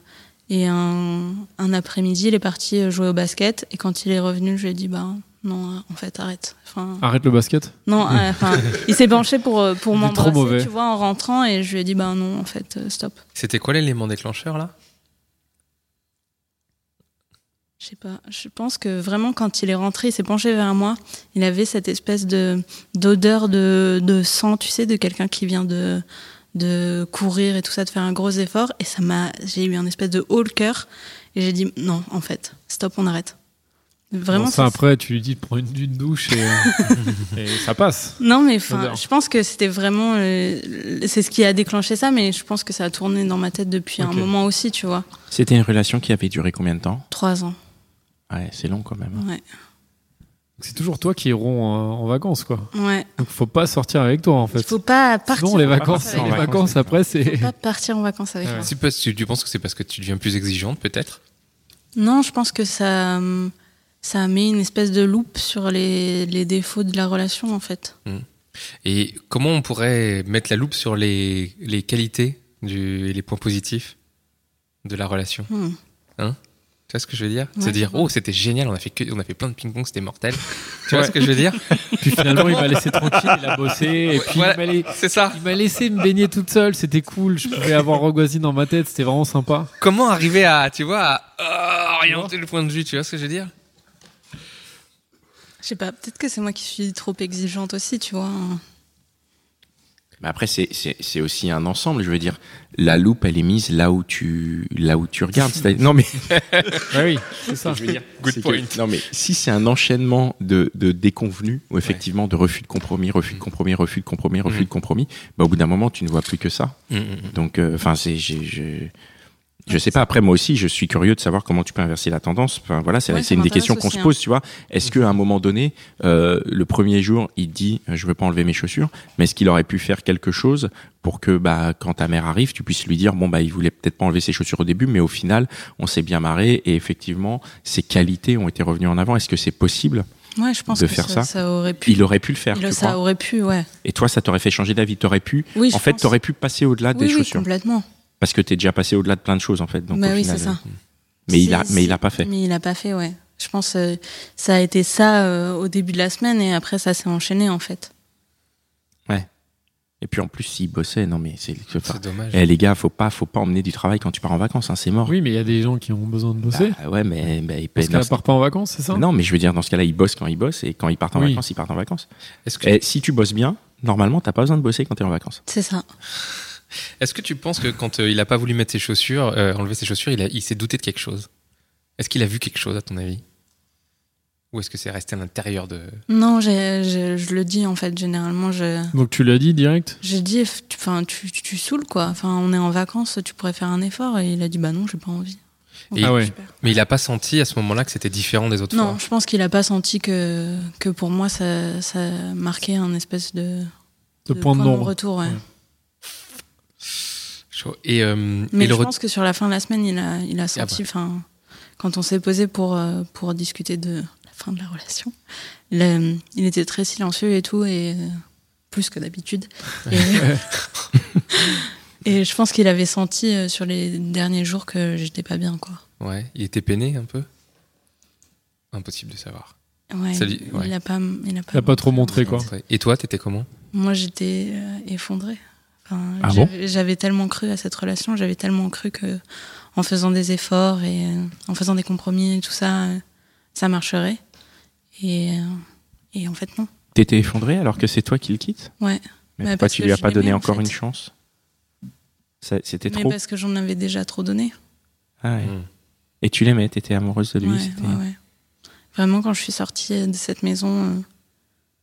D: et un, un après-midi, il est parti euh, jouer au basket. Et quand il est revenu, je lui ai dit bah non, en fait, arrête. Enfin,
C: Arrête le basket.
D: non, euh, enfin, il s'est penché pour euh, pour
C: Ah. Il est trop mauvais.
D: m'embrasser, tu vois, en rentrant. Et je lui ai dit bah non, en fait, euh, stop.
B: C'était quoi l'élément déclencheur, là
D: Je sais pas. Je pense que vraiment, quand il est rentré, il s'est penché vers moi. Il avait cette espèce de d'odeur de, de sang, tu sais, de quelqu'un qui vient de de courir et tout ça, de faire un gros effort. Et ça m'a, j'ai eu un espèce de haut le cœur. Et j'ai dit non, en fait, stop, on arrête. Vraiment.
C: Bon, ça,
D: ça-
C: après, tu lui dis de prendre une, une douche et, (laughs) euh, et ça passe.
D: Non, mais enfin,
C: L'odeur.
D: je pense que c'était vraiment, euh, c'est ce qui a déclenché ça. Mais je pense que ça a tourné dans ma tête depuis un
C: Ok.
D: moment aussi, tu vois.
C: hein.
A: C'était une relation qui avait duré combien de temps
D: Trois ans.
A: Ouais, c'est long quand même.
D: Ouais.
C: C'est toujours toi qui iront euh, en vacances, quoi.
D: Ouais.
C: Donc, faut pas sortir avec toi, en
D: Il
C: fait.
D: faut pas partir.
C: Sinon, les
D: en
C: vacances,
D: avec
C: les
D: moi.
C: vacances après, c'est.
D: Faut pas partir en
C: (laughs)
D: vacances avec
C: Ouais.
D: moi.
B: C'est parce que tu penses que c'est parce que tu deviens plus exigeante, peut-être
D: Non, je pense que ça, hum, ça met une espèce de loupe sur les, les défauts de la relation, en fait.
B: Et comment on pourrait mettre la loupe sur les, les qualités du- et les points positifs de la relation
D: Hmm.
B: Tu vois ce que je veux dire
D: Ouais,
B: Se
D: je
B: dire,
D: vois.
B: oh, c'était génial, on a fait, que, on a fait plein de ping-pong, c'était mortel. (laughs) tu vois ce que je veux dire
C: Puis finalement, il m'a laissé tranquille, il a bossé, et puis
B: Voilà.
C: il m'a la-
B: C'est ça.
C: il m'a laissé me baigner toute seule, c'était cool, je pouvais avoir Rogoisine dans ma tête, c'était vraiment sympa.
B: Comment arriver à, tu vois, à euh, orienter le point de vue, tu vois ce que je veux dire
D: Je sais pas, peut-être que c'est moi qui suis trop exigeante aussi, tu vois.
A: Mais après, c'est- c'est c'est aussi un ensemble. Je veux dire, la loupe, elle est mise là où tu, là où tu regardes. C'est-à-dire- Non, mais
C: Ouais, Bah oui, c'est ça.
B: Good
A: c'est que-
B: point.
A: non, mais si c'est un enchaînement de, de déconvenus, ou effectivement de refus de compromis, refus de compromis, refus de compromis, refus
B: Mm.
A: de compromis, bah, au bout d'un moment, tu ne vois plus que ça.
B: Mm, mm, mm.
A: Donc, euh, enfin, c'est, j'ai- je, je sais pas. Après, moi aussi, je suis curieux de savoir comment tu peux inverser la tendance. Enfin, voilà, c'est
D: Ouais,
A: c'est
D: ça
A: une des
D: m'intéresse
A: questions qu'on
D: aussi,
A: se
D: hein.
A: pose, tu vois. Est-ce qu'à un moment donné, euh, le premier jour, il dit, euh, je veux pas enlever mes chaussures, mais est-ce qu'il aurait pu faire quelque chose pour que, bah, quand ta mère arrive, tu puisses lui dire, bon, bah, il voulait peut-être pas enlever ses chaussures au début, mais au final, on s'est bien marré et effectivement, ses qualités ont été revenues en avant. Est-ce que c'est possible
D: Ouais, je pense
A: De
D: que
A: faire ça
D: ça, aurait pu.
A: Il aurait pu le faire,
D: Il-
A: tu
D: ça
A: crois
D: aurait pu, ouais.
A: Et toi, ça t'aurait fait changer d'avis, t'aurais pu.
D: Oui,
A: en
D: je
A: fait,
D: pense.
A: t'aurais pu passer au-delà
D: oui,
A: des
D: oui,
A: chaussures
D: complètement.
A: parce que t'es déjà passé au-delà de plein de choses en fait. Donc
D: bah
A: au
D: oui,
A: final, euh,
D: c'est ça.
A: Mais il
D: Si-
A: a, mais
D: si-
A: il a pas fait.
D: Mais il a pas fait, ouais. Je pense euh, ça a été ça euh, au début de la semaine et après ça s'est enchaîné, en fait.
A: Et puis en plus, s'il bossait, non mais c'est. enfin,
B: C'est dommage.
A: Eh les gars, faut pas, faut pas emmener du travail quand tu pars en vacances, hein, c'est mort.
C: Oui, mais il y a des gens qui ont besoin de bosser.
A: Bah, ouais, mais bah, ils
C: Parce
A: payent.
C: qu'elle
A: leur-
C: part pas en vacances, c'est ça
A: Non, mais je veux dire, dans ce cas-là, ils bossent quand ils bossent et quand ils partent en
C: Oui.
A: vacances, ils partent en vacances.
B: Est-ce que,
A: Et si tu bosses bien, normalement, t'as pas besoin de bosser quand t'es en vacances.
D: C'est ça.
B: est-ce que tu penses que quand euh, il a pas voulu mettre ses chaussures, euh, enlever ses chaussures, il, a- il s'est douté de quelque chose Est-ce qu'il a vu quelque chose, à ton avis Ou est-ce que c'est resté à l'intérieur de.
D: Non, j'ai- je, je le dis, en fait, généralement, je.
C: Donc tu l'as dit direct
D: J'ai dit, f- tu- enfin, tu, tu, tu saoules quoi. Enfin, on est en vacances, tu pourrais faire un effort. Et il a dit, bah non, j'ai pas envie. Donc,
B: Et- Ah
C: ouais.
D: super.
B: Mais il a pas senti à ce moment-là que c'était différent des autres
D: Non,
B: fois.
D: je pense qu'il a pas senti que, que pour moi ça, ça marquait un espèce de,
C: de point de nombre.
D: retour. ouais.
C: Ouais.
B: Chaud. Et, euh,
D: Mais
B: et le
D: je
B: re- Ah,
D: pense que sur la fin de la semaine, il a, il a senti. Enfin, quand on s'est posé pour euh, pour discuter de la fin de la relation, il, euh, il était très silencieux et tout, et euh, plus que d'habitude. Et,
B: (laughs)
D: et (laughs) je pense qu'il avait senti euh, sur les derniers jours que j'étais pas bien, quoi.
B: ouais, il était peiné un peu. Impossible de savoir.
D: Ouais,
B: Ça lui- ouais.
D: Il a pas, il a pas,
C: Il a pas trop montré, quoi.
B: Et toi, t'étais comment
D: Moi, j'étais euh, effondrée. Enfin,
A: Ah
D: j'avais-
A: bon
D: j'avais tellement cru à cette relation, j'avais tellement cru que en faisant des efforts et euh, en faisant des compromis et tout ça, euh, ça marcherait. Et, euh, et en fait, non.
A: T'étais effondré alors que c'est toi qui le quittes
D: Ouais.
A: Mais
D: Bah,
A: pourquoi
D: parce
A: tu
D: que
A: lui as
D: je
A: pas donné
D: l'aimais, en
A: encore
D: fait.
A: une chance Ça- C'était
D: Mais
A: trop.
D: parce que j'en avais déjà trop donné.
A: Ah ouais.
B: Mm.
A: Et tu l'aimais, t'étais amoureuse de lui.
D: Ouais,
A: c'était-
D: ouais, ouais. Vraiment, quand je suis sortie de cette maison, euh,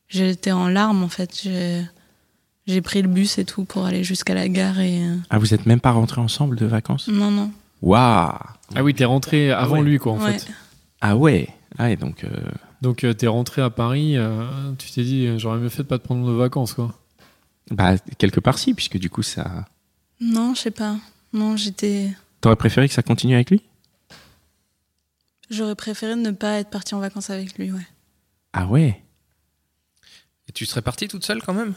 D: j'étais en larmes en fait. J'ai- J'ai pris le bus et tout pour aller jusqu'à la gare et. euh,
A: Ah, vous êtes même pas rentrés ensemble de vacances
D: Non, non.
A: Waouh
C: Ah oui, t'es rentré avant
A: ouais.
C: lui, quoi, en
D: Ouais.
C: fait.
A: Ah ouais Ah ouais, donc. euh,
C: Donc euh, t'es rentré à Paris, euh, tu t'es dit, euh, j'aurais mieux fait de pas te prendre de vacances, quoi.
A: Bah, quelque part si, puisque du coup, ça.
D: Non, je sais pas. Non, j'étais.
A: T'aurais préféré que ça continue avec lui
D: J'aurais préféré ne pas être partie en vacances avec lui, ouais.
A: Ah ouais
B: Et tu serais partie toute seule quand même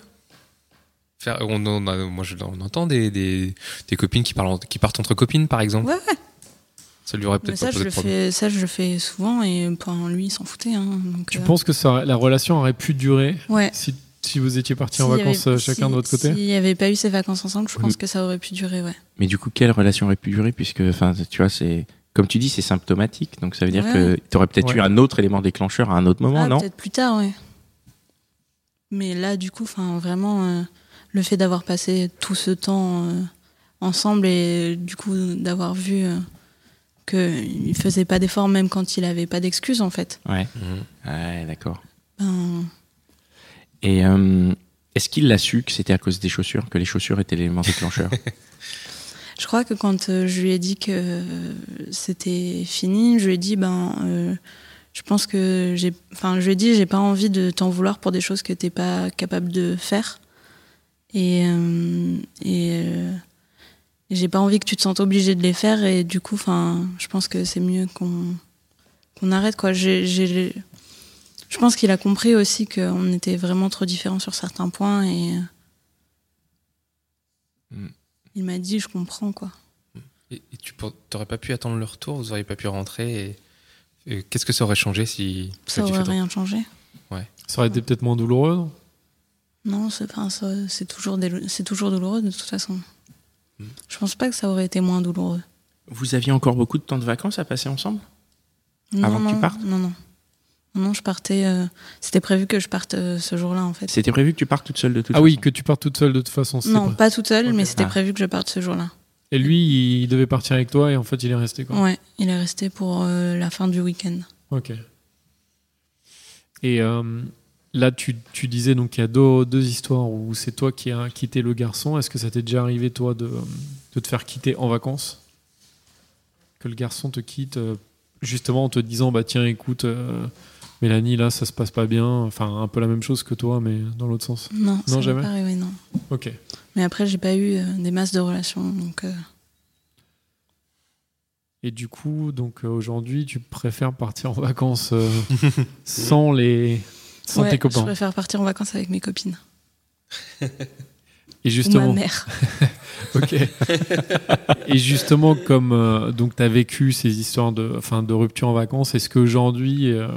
B: Faire, on, on a- moi, je, on entend des, des, des copines qui, parlent, en- qui partent entre copines, par exemple.
D: Ouais, ouais.
B: Ça lui aurait
D: Mais
B: peut-être
D: ça
B: pas
D: je,
B: posé de
D: le
B: problème.
D: fais, ça, je le fais souvent et enfin, lui, il s'en foutait. Hein, donc,
C: Tu
D: euh,
C: penses que ça, la relation aurait pu durer
D: Ouais.
C: si, si vous étiez partis en
D: S'il y
C: vacances
D: avait-
C: euh, chacun
D: si-
C: de votre côté
D: S'il n'y avait pas eu ces vacances ensemble, je
A: Oui.
D: pense que ça aurait pu durer, ouais.
A: Mais du coup, quelle relation aurait pu durer Puisque, enfin, tu vois, c'est. Comme tu dis, c'est symptomatique. Donc ça veut dire
D: Ouais.
A: que t'aurais peut-être
C: Ouais.
A: eu un autre élément déclencheur à un autre moment,
D: ah,
A: non
D: peut-être plus tard, ouais. Mais là, du coup, enfin, vraiment, euh, le fait d'avoir passé tout ce temps euh, ensemble et euh, du coup d'avoir vu euh, qu'il ne faisait pas d'efforts même quand il n'avait pas d'excuses, en fait.
A: Ouais.
B: Mhm.
A: Ouais, d'accord.
D: Ben,
A: Et euh, est-ce qu'il l'a su que c'était à cause des chaussures, que les chaussures étaient l'élément (laughs) déclencheur
D: Je crois que quand euh, je lui ai dit que euh, c'était fini, je lui ai dit ben euh, je pense que j'ai enfin je lui ai dit j'ai pas envie de t'en vouloir pour des choses que t'es pas capable de faire et euh, et euh, j'ai pas envie que tu te sentes obligé de les faire et du coup enfin je pense que c'est mieux qu'on qu'on arrête quoi. J'ai j'ai- je pense qu'il a compris aussi qu'on était vraiment trop différents sur certains points et euh,
A: Mm.
D: il m'a dit je comprends quoi.
B: Et, et tu pour- t'aurais pas pu attendre le retour, vous auriez pas pu rentrer. et- et qu'est-ce que ça aurait changé si
D: Ça
B: tu
D: aurait
B: fais-
D: rien changé.
C: Ça aurait été peut-être moins douloureux, non
D: Non, c'est enfin, ça- c'est toujours, délo- c'est toujours douloureux de toute façon.
C: Hmm.
D: Je pense pas que ça aurait été moins douloureux.
A: Vous aviez encore beaucoup de temps de vacances à passer ensemble
D: Non,
A: Avant que
D: non,
A: tu partes
D: Non, non. Non, je partais. euh, C'était prévu que je parte euh, ce jour-là en fait.
A: C'était prévu que tu partes toute seule de toute
C: Ah oui,
A: façon.
C: que tu pars toute seule de toute façon. c'est
D: Non,
C: vrai.
D: pas toute seule,
C: Ok.
D: mais c'était
A: Ah.
D: prévu que je parte ce jour-là.
C: Et lui, il devait partir avec toi et en fait, il est resté, quoi.
D: Ouais, il est resté pour euh, la fin du week-end.
C: Ok. Et euh, là, tu, tu disais donc qu'il y a deux, deux histoires où c'est toi qui as quitté le garçon. Est-ce que ça t'est déjà arrivé, toi, de, de te faire quitter en vacances Que le garçon te quitte euh, justement en te disant bah tiens, écoute, euh, Mélanie, là, ça se passe pas bien. Enfin, un peu la même chose que toi, mais dans l'autre sens.
D: Non, ça m'est
C: jamais.
D: pas arrivé, non.
C: Ok.
D: Mais après, j'ai pas eu euh, des masses de relations, donc. euh,
C: Et du coup, donc euh, aujourd'hui, tu préfères partir en vacances euh, (laughs) sans les sans
D: ouais,
C: tes
D: Je
C: copains.
D: préfère partir en vacances avec mes copines
C: Et
D: ou
C: justement, (laughs)
D: ma mère.
C: ok. Et justement, comme euh, donc t'as vécu ces histoires de enfin de rupture en vacances, est-ce qu'aujourd'hui euh,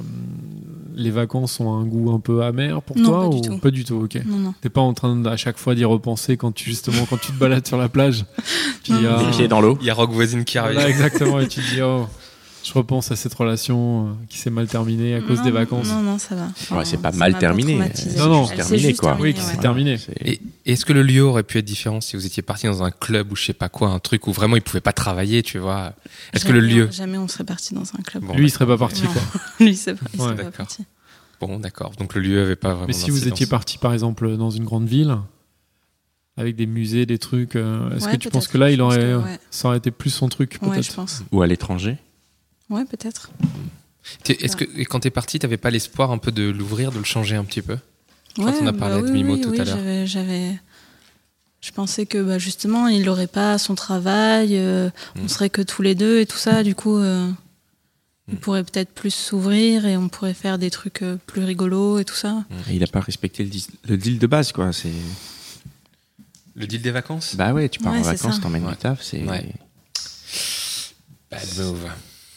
C: les vacances ont un goût un peu amer pour
D: Non,
C: toi
D: pas
C: ou
D: du tout.
C: pas du tout Ok.
D: Non, non.
C: T'es pas en train de- à chaque fois d'y repenser quand tu justement quand tu te balades sur la
D: (laughs)
C: plage. Tu dis,
D: Non.
C: ah,
A: Les pieds dans l'eau.
B: Il y a Rogue Voisine qui arrive.
C: voilà, exactement. Et tu te dis oh, je repense à cette relation euh, qui s'est mal terminée à cause
D: Non,
C: des vacances.
D: Non, non, ça va. Enfin,
A: Ouais, c'est pas
D: ça
A: mal
D: m'a
A: terminé.
D: traumatisée.
C: Non, non,
D: Elle
C: c'est
D: s'est
A: terminé,
D: juste
A: quoi.
D: terminée,
C: Oui, que
D: ouais.
C: c'est terminé.
A: C'est-
B: Et est-ce que le lieu aurait pu être différent si vous étiez parti dans un club ou je sais pas quoi, un truc où vraiment il pouvait pas travailler, tu vois Est-ce que le
D: Jamais-
B: lieu
D: Jamais on serait parti dans un club.
B: Bon,
C: Lui, il serait pas parti.
D: Non.
C: quoi.
D: (laughs) Lui, c'est pas, il
C: Ouais,
D: serait pas
B: d'accord.
D: parti.
B: Bon, d'accord. Donc le lieu avait pas vraiment.
C: Mais si vous étiez
B: d'incidence.
C: parti, par exemple, dans une grande ville, avec des musées, des trucs. euh, Est-ce
D: Ouais,
C: que tu penses
D: peut-être.
C: que là, il
D: Je pense
C: aurait, euh,
D: que, ouais.
C: ça aurait été plus son truc
D: Ouais, je
C: peut-être
D: pense.
A: Ou à l'étranger
D: Ouais, peut-être.
B: T'es- Est-ce que et quand t'es parti, t'avais pas l'espoir un peu de l'ouvrir, de le changer un petit peu crois
D: ouais,
B: qu'on a parlé
D: bah
B: avec
D: oui,
B: Mimo
D: oui,
B: tout
D: oui,
B: à l'heure.
D: j'avais- J'avais. Je pensais que bah, justement, il n'aurait pas son travail, euh, on
B: Mm.
D: serait que tous les deux et tout ça. Du coup, euh, il
B: Mm.
D: pourrait peut-être plus s'ouvrir et on pourrait faire des trucs euh, plus rigolos et tout ça.
B: Hmm.
A: Et Il a pas respecté le, dis- le deal de base, quoi. C'est
B: Le deal des vacances
A: bah ouais, tu pars
D: Ouais,
A: en
D: c'est
A: vacances,
D: ça.
A: t'emmènes
B: Ouais.
A: du taf, c'est
B: Ouais. Bad move.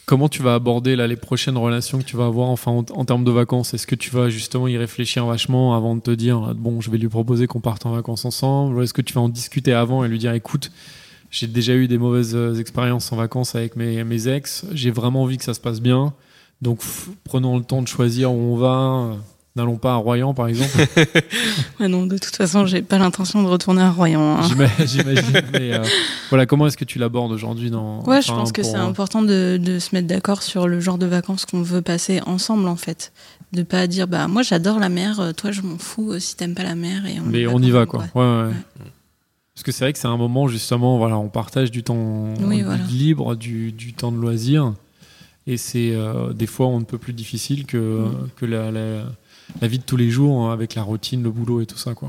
C: Comment tu vas aborder là, les prochaines relations que tu vas avoir enfin, en, en termes de vacances Est-ce que tu vas justement y réfléchir vachement avant de te dire bon, je vais lui proposer qu'on parte en vacances ensemble Ou est-ce que tu vas en discuter avant et lui dire écoute, j'ai déjà eu des mauvaises euh, expériences en vacances avec mes, mes ex, j'ai vraiment envie que ça se passe bien, donc f- prenons le temps de choisir où on va, euh, n'allons pas à Royan par exemple
D: Ouais, non, de toute façon, j'ai pas l'intention de retourner à Royan. hein.
C: J'ima- (laughs) J'imagine. mais euh, voilà, comment est-ce que tu l'abordes aujourd'hui dans
D: Ouais, je
C: enfin,
D: pense que
C: pour- euh,
D: c'est important de, de se mettre d'accord sur le genre de vacances qu'on veut passer ensemble, en fait. De pas dire, bah, moi j'adore la mer, euh, toi je m'en fous euh, si t'aimes pas la mer. Et on
C: Mais on y va quoi. Ouais, ouais.
D: Ouais.
C: Parce que c'est vrai que c'est un moment justement, voilà, on partage du temps
D: Oui,
C: du
D: voilà.
C: libre, du, du temps de loisir, et c'est euh, des fois on ne peut plus difficile que
D: Mm.
C: que la, la, la vie de tous les jours hein, avec la routine, le boulot et tout ça quoi.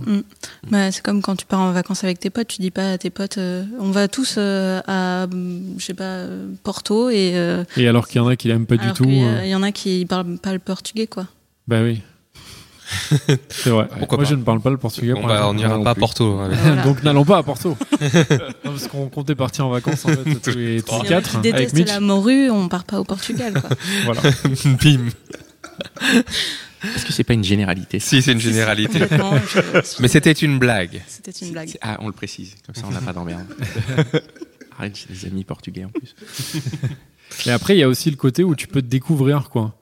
D: Bah, c'est comme quand tu pars en vacances avec tes potes, tu dis pas à tes potes, euh, on va tous euh, à, mm, je sais pas, euh, Porto et. euh,
C: Et alors qu'il y en a qui l'aiment pas
D: alors
C: du tout.
D: qu'il y a-
C: euh,
D: Il y en a qui parlent pas le
C: (laughs)
D: portugais, quoi.
C: Bah
B: (laughs)
C: oui. c'est vrai.
B: Pourquoi
C: Moi
B: pas.
C: je ne parle pas le portugais.
B: On
C: par
B: va,
C: exemple.
B: bah, on n'ira
A: non
B: pas à
A: plus.
B: Porto. hein. (laughs)
C: (laughs)
B: avec-
D: Voilà.
C: Donc n'allons pas à
D: (laughs)
C: Porto. Non, parce qu'on comptait partir en vacances en fait, tous les tous les
D: Il y en a
C: quatre
D: qui
C: avec
D: détestent
C: Mitch.
D: la morue, on part pas au Portugal, quoi.
C: Voilà.
B: Bim.
A: Est-ce que c'est pas une généralité
B: Si, c'est (laughs) une
C: (laughs)
B: généralité.
D: Complètement, je-
B: Mais c'était une blague.
D: C'était une blague.
A: Ah, on le précise, comme ça on n'a pas
D: (laughs)
A: d'emmerde. Arrête, j'ai des amis portugais en plus.
C: Mais après, il y a aussi le côté où tu peux te découvrir, quoi.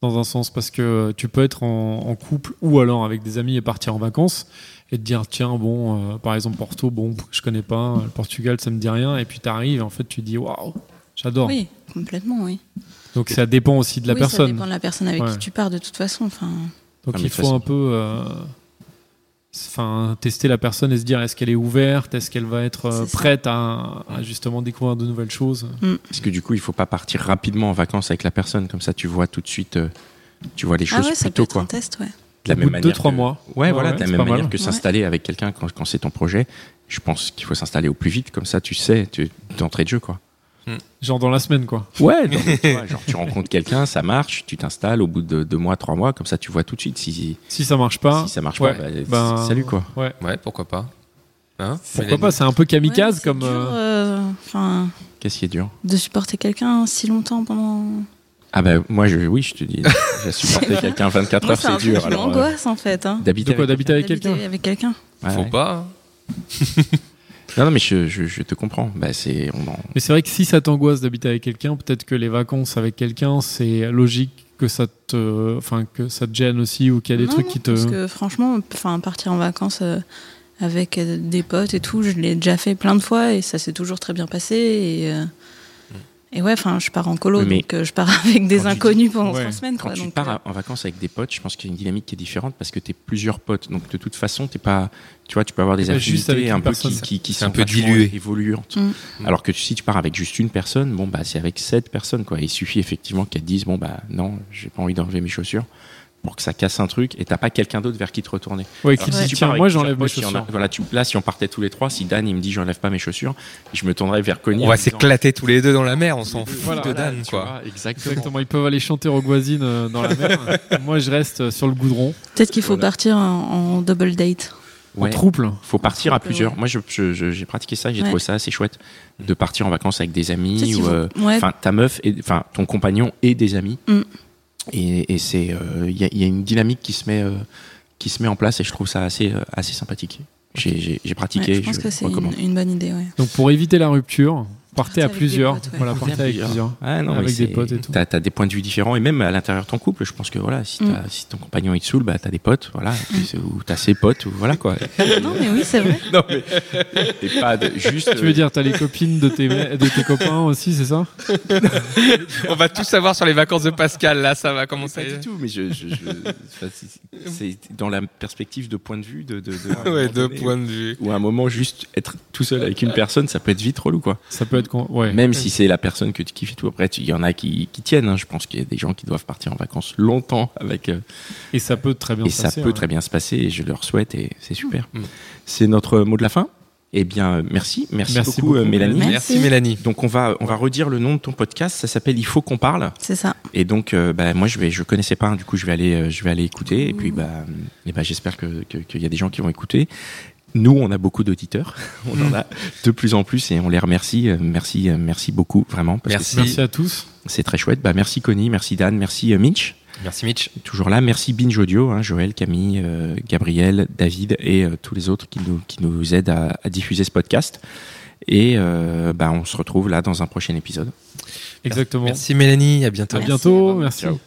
C: Dans un sens, parce que tu peux être en, en couple ou alors avec des amis et partir en vacances et te dire, tiens, bon, euh, par exemple, Porto, bon, pff, je connais pas, le Portugal, ça me dit rien. Et puis t'arrives et en fait, tu dis, waouh, j'adore.
D: Oui, complètement, oui.
C: Donc ça dépend aussi de la
D: Oui, Ça
C: personne.
D: dépend de la personne avec
C: Ouais.
D: qui tu pars, de toute façon. Enfin,
C: Donc
A: Ah, mais
C: il
A: de
C: faut
A: façon-
C: un peu euh, enfin, tester la personne et se dire, est-ce qu'elle est ouverte, est-ce qu'elle va être euh,
D: C'est ça.
C: prête à, à justement découvrir de nouvelles choses.
A: Parce que du coup, il faut pas partir rapidement en vacances avec la personne, comme ça tu vois tout de suite, euh, tu vois les
D: ah
A: choses
D: ouais, ça peut
A: plutôt
D: être
A: quoi.
D: un test, ouais.
A: De la
C: Au
A: même
C: bout de deux,
A: manière.
C: trois
A: que-
C: mois.
A: Ouais, voilà,
C: ouais,
A: de la
C: c'est
A: même
C: pas mal.
A: manière que s'installer avec quelqu'un quand, quand c'est ton projet. Je pense qu'il faut s'installer au plus vite, comme ça tu sais, tu d'entrée de jeu quoi.
C: Genre dans la semaine, quoi.
A: Ouais, non, mais tu vois, genre tu rencontres quelqu'un, ça marche, tu t'installes au bout de deux mois, trois mois, comme ça tu vois tout de suite si,
C: Si ça marche pas,
A: si ça marche
C: ouais,
A: pas, bah,
C: ben,
A: salut quoi.
C: Ouais.
B: Ouais, pourquoi pas. Hein
C: Pourquoi
B: Mélanie
C: pas C'est un peu kamikaze
D: Ouais, c'est
C: comme.
D: dur,
C: euh,
D: euh, Enfin,
A: Qu'est-ce qui est dur
D: de supporter quelqu'un si longtemps pendant.
A: Ah bah moi je oui je te
D: (laughs)
A: dis j'ai supporté quelqu'un 24
D: Moi,
A: heures
D: c'est un
A: c'est
D: truc
A: dur
D: qui
A: alors euh,
D: m'angoisse, en fait. Hein.
A: d'habiter
C: De quoi
A: avec-
C: d'habiter avec
D: D'habiter
C: quelqu'un
D: avec quelqu'un.
A: Ouais,
B: Faut
A: ouais.
B: pas. hein.
A: non non mais je, je, je te comprends bah c'est on en-
C: Mais c'est vrai que si ça t'angoisse d'habiter avec quelqu'un, peut-être que les vacances avec quelqu'un, c'est logique que ça te, enfin que ça te gêne aussi ou qu'il y a des
D: Non,
C: trucs
D: non,
C: qui te.
D: Parce que franchement, enfin, partir en vacances euh, avec euh, des potes et tout, je l'ai déjà fait plein de fois et ça s'est toujours très bien passé. Et, euh, et ouais, enfin, je pars en colo,
A: Mm. Oui, mais
D: donc euh, je pars (laughs) avec des
A: tu
D: inconnus pendant
C: Ouais.
D: trois semaines.
A: quand
D: quoi,
A: tu
D: donc,
A: pars
D: euh,
A: en vacances avec des potes je pense qu'il y a une dynamique qui est différente parce que t'es plusieurs potes donc de toute façon t'es pas tu vois tu peux avoir des
C: T'es pas juste
A: affinités
C: avec une
A: un peu qui,
C: personne.
A: qui, qui
B: C'est
A: sont
B: un peu
A: vachement
B: dilué.
A: évoluantes
D: Mm.
A: alors que si tu pars avec juste une personne bon bah c'est avec sept personnes quoi il suffit effectivement qu'elle dise bon bah non j'ai pas envie d'enlever mes chaussures pour que ça casse un truc et t'as pas quelqu'un d'autre vers qui te retourner
C: Ouais,
A: Alors,
C: qui
A: si
C: dit
A: tu
C: tiens,
A: pars
C: moi
A: avec
C: j'enlève
A: plusieurs potes, il y
C: mes
A: en a-
C: chaussures.
A: voilà, tu- là, si on partait tous les trois, si Dan il me dit j'enlève pas mes chaussures, je me tournerais vers Connie.
B: On
A: en
B: va
A: disant,
B: s'éclater tous les deux dans la mer, on s'en fout
C: Voilà,
B: de Dan,
A: tu
B: quoi.
A: vois, exactement.
C: Exactement. Ils peuvent aller chanter Rogoisine euh, dans la mer. moi, je reste euh, sur le goudron,
D: Peut-être qu'il faut
A: Voilà.
D: partir en, en double date.
C: en
A: Ouais.
C: trouble.
A: Faut partir à
D: Troupe,
A: plusieurs. Moi, je- je- je- j'ai pratiqué ça, j'ai
D: Ouais.
A: trouvé ça assez chouette de partir en vacances avec des
D: Peut-être
A: amis
D: qu'il
A: ou
D: faut-
A: euh,
D: ouais.
A: enfin ta meuf, et- enfin ton compagnon et des amis.
D: Mm.
A: Et, et c'est, euh, il y, a- il y a une dynamique qui se met euh, qui se met en place et je trouve ça assez euh, assez sympathique. J'ai- J'ai j'ai
D: Ouais,
A: pratiqué,
D: je pense que
A: je
D: c'est une,
A: recommande.
D: une bonne idée, ouais.
C: Donc pour éviter la rupture, Partez à
D: avec des
C: plusieurs.
D: potes, ouais.
C: voilà, partez avec plusieurs.
A: Ah non,
C: Avec
A: mais
C: des
A: c'est-
C: potes et tout.
A: T'as t'as des points de vue différents et même à l'intérieur de ton couple, je pense que voilà, si,
D: Mm.
A: t'as- si ton compagnon il te saoule, bah t'as des potes, voilà, et puis c'est- ou t'as ses potes, ou voilà quoi.
D: Non, mais oui, c'est vrai.
A: non mais et pas de- juste.
C: Tu veux dire, t'as les copines de tes, de tes copains aussi, c'est ça
B: On va tout savoir sur les vacances de Pascal, là, ça va commencer.
A: euh, Pas du tout, mais je, je- je- enfin, c'est- c'est dans la perspective de point de vue de de, de- à un
B: Ouais,
A: moment
B: deux
A: donné,
B: points de vue.
A: Ou à un moment juste être tout seul avec une personne, ça peut être vite relou quoi.
C: Ça peut être. con- Ouais.
A: Même si c'est la personne que tu kiffes et tout. Après, tu- il y en a qui, qui tiennent. hein. Je pense qu'il y a des gens qui doivent partir en vacances longtemps avec. euh,
C: Et ça peut très bien
A: et
C: se
A: ça
C: passer, hein.
A: peut
C: ouais.
A: très bien se passer. Et je leur souhaite. Et c'est super.
B: Mm.
A: C'est notre mot de la fin. Eh bien, euh, merci. Merci,
C: Merci
A: beaucoup, euh,
C: beaucoup,
A: Mélanie.
D: Mélanie.
B: Merci
D: Merci.
B: Mélanie.
A: Donc, on va, on va redire le nom de ton podcast. Ça s'appelle Il faut qu'on parle.
D: C'est ça.
A: Et donc, euh, bah, moi, je vais, je connaissais pas. hein. du coup, je vais aller, euh, je vais aller écouter. Et puis, bah, euh, eh ben, j'espère que que- qu'il y a des gens qui vont écouter. Nous, on a beaucoup d'auditeurs. (laughs) On en a de plus en plus et on les remercie. Euh, Merci, euh, merci beaucoup, vraiment. parce que
B: Merci.
C: Merci à tous.
A: c'est très chouette. Bah, merci Connie, merci Dan, merci euh, Mitch,
B: Merci Mitch.
A: toujours là. Merci Binge Audio, hein, Joël, Camille, euh, Gabriel, David et euh, tous les autres qui nous, qui nous aident à, à diffuser ce podcast. Et euh, bah, on se retrouve là dans un prochain épisode.
C: Exactement.
B: Merci Mélanie, à bientôt.
C: À
D: Merci.
C: bientôt. Merci.
A: Ciao.